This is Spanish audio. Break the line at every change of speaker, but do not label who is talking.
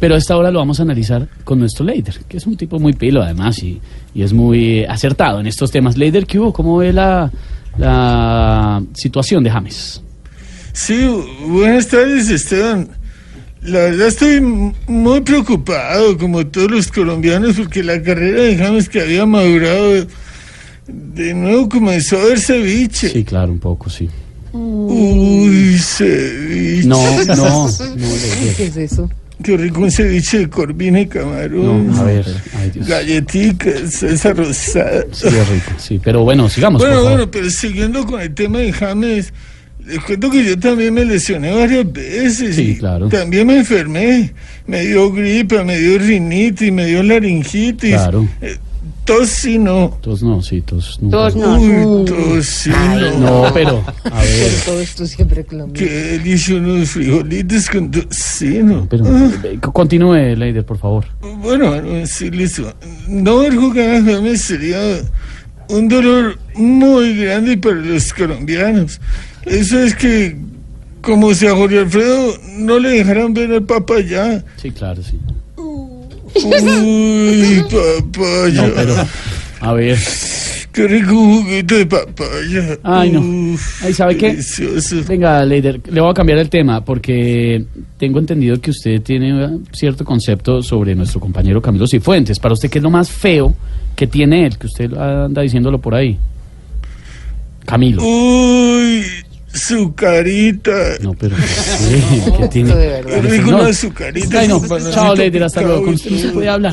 Pero a esta hora lo vamos a analizar con nuestro Leider, que es un tipo muy pilo además y, y es muy acertado en estos temas. Leider, ¿qué hubo? ¿Cómo ve la, la situación de James?
Sí, buenas tardes, Esteban. La verdad estoy m- muy preocupado, como todos los colombianos, porque la carrera de James que había madurado de nuevo comenzó a ver ceviche.
Sí, claro, un poco, sí.
Uy, ceviche.
No, no, no, Leider.
Qué rico un ceviche de corvina y camarón.
No, a ver, ay Dios.
Galletitas, salsa rosada.
Sí, es rico, sí, pero bueno, sigamos, por
Bueno,
favor.
bueno, pero siguiendo con el tema de James, les cuento que yo también me lesioné varias veces.
Sí,
y
claro.
También me enfermé. Me dio gripa, me dio rinitis, me dio laringitis. Eh,
Claro,
Tos sí no.
todos no, sí, todos nunca.
Uy, tos sí no.
No, pero, a ver,
Todo esto siempre Colombia.
Qué delicia unos frijolitos con tocino. Ah.
pero, eh, continúe, Leider, por favor.
Bueno, bueno, sí, listo. No ver jugar a James sería un dolor muy grande para los colombianos. Eso es que, como si a Jorge Alfredo no le dejaran ver al papá ya.
Sí, claro, sí.
Uy, papaya.
No, pero, a ver,
Qué rico juguito de papaya.
Ay, no.
Uf,
Ay, ¿sabe qué?
Delicioso.
Venga, Leider, le voy a cambiar el tema porque tengo entendido que usted tiene eh, cierto concepto sobre nuestro compañero Camilo Cifuentes. Para usted, ¿qué es lo más feo que tiene él? Que usted anda diciéndolo por ahí. Camilo.
Uh. Uy, su carita.
No, pero ¿qué, ¿Qué tiene?
de verdad.
Qué rico una azucarita.
Ay, no.
Su panecito
Chao, Leider, hasta
picado
luego. Con
y
usted no se
todo.
puede hablar.